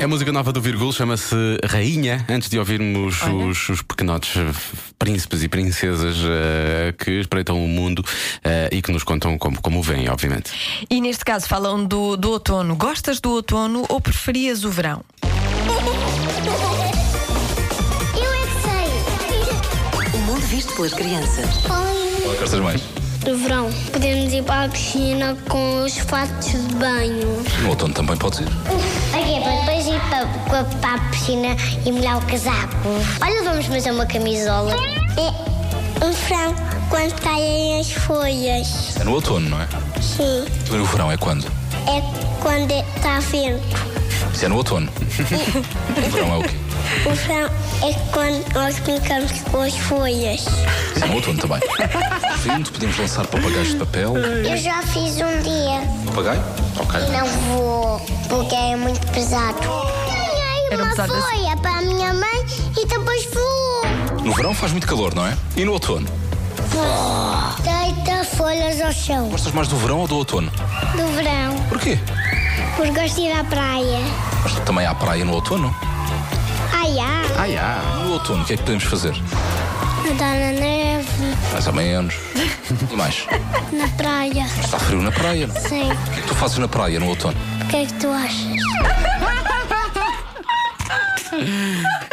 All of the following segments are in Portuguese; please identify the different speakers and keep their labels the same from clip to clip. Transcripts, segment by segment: Speaker 1: É a música nova do Virgul, chama-se Rainha. Antes de ouvirmos os, os pequenotes eh, príncipes e princesas eh, que espreitam o mundo eh, e que nos contam como, como vêm, obviamente.
Speaker 2: E neste caso falam do, do outono. Gostas do outono ou preferias o verão?
Speaker 3: Eu é que
Speaker 4: O mundo visto pelas crianças.
Speaker 3: sei.
Speaker 5: Gostas mais?
Speaker 3: No verão, podemos ir para a piscina com os fatos de banho.
Speaker 5: No outono também pode ser.
Speaker 3: Ok, para depois ir para, para- para a piscina e molhar o casaco. Olha, vamos fazer uma camisola. É um verão, quando caem as folhas.
Speaker 5: É no outono, não é?
Speaker 3: Sim,
Speaker 5: E o verão é quando?
Speaker 3: é tá quando está vento.
Speaker 5: Isso é no outono. o verão é o quê?
Speaker 3: O verão é quando nós brincamos com as folhas.
Speaker 5: Isso é no outono também. Vindo, podemos lançar papagaios de papel.
Speaker 3: Eu já fiz um dia.
Speaker 5: Papagaio? Ok.
Speaker 3: Não vou, porque é muito pesado. Ganhei
Speaker 2: Era
Speaker 3: uma
Speaker 2: pesado assim.
Speaker 3: folha para a minha mãe e depois voou.
Speaker 5: No verão faz muito calor, não é? E no outono?
Speaker 3: Deita folhas ao chão.
Speaker 5: Gostas mais do verão ou do outono?
Speaker 3: Do verão,
Speaker 5: Porquê?
Speaker 3: por gosto de ir à praia.
Speaker 5: Mas também há praia no outono?
Speaker 3: Ai, ai.
Speaker 5: Ah, há. No outono, o que é que podemos fazer?
Speaker 3: Andar na neve,
Speaker 5: Mais ou menos. E mais?
Speaker 3: na praia.
Speaker 5: Está frio na praia. não é?
Speaker 3: Sim,
Speaker 5: O que é que tu fazes na praia no outono?
Speaker 3: o que é que tu achas?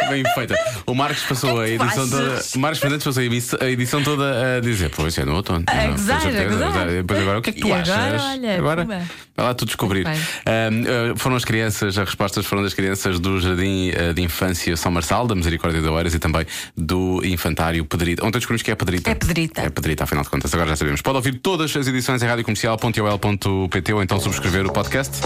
Speaker 1: Bem feita. O Marcos passou
Speaker 2: O que é que
Speaker 1: a edição toda.
Speaker 2: fazes?
Speaker 1: Marcos Fernandes passou a emissão- a edição toda a dizer: Pois é, no outono.
Speaker 2: A
Speaker 1: Não,
Speaker 2: gozar,
Speaker 1: com certeza,
Speaker 2: a gozar.
Speaker 1: a gozar. Depois agora, o que é que tu
Speaker 2: E
Speaker 1: achas?
Speaker 2: agora, olha,
Speaker 1: agora
Speaker 2: pumba.
Speaker 1: vai lá tu descobrir.
Speaker 2: Muito
Speaker 1: Ahm, ah, foram as crianças, as respostas foram das crianças do Jardim ah, de Infância São Marçal, da Misericórdia de Oeiras e também do Infantário Pedrita. Ontem descobrimos que é Pedrita.
Speaker 2: É Pedrita.
Speaker 1: É Pedrita, afinal de contas. Agora já sabemos. Pode ouvir todas as edições em radiocomercial.ol.pt ou então subscrever o podcast.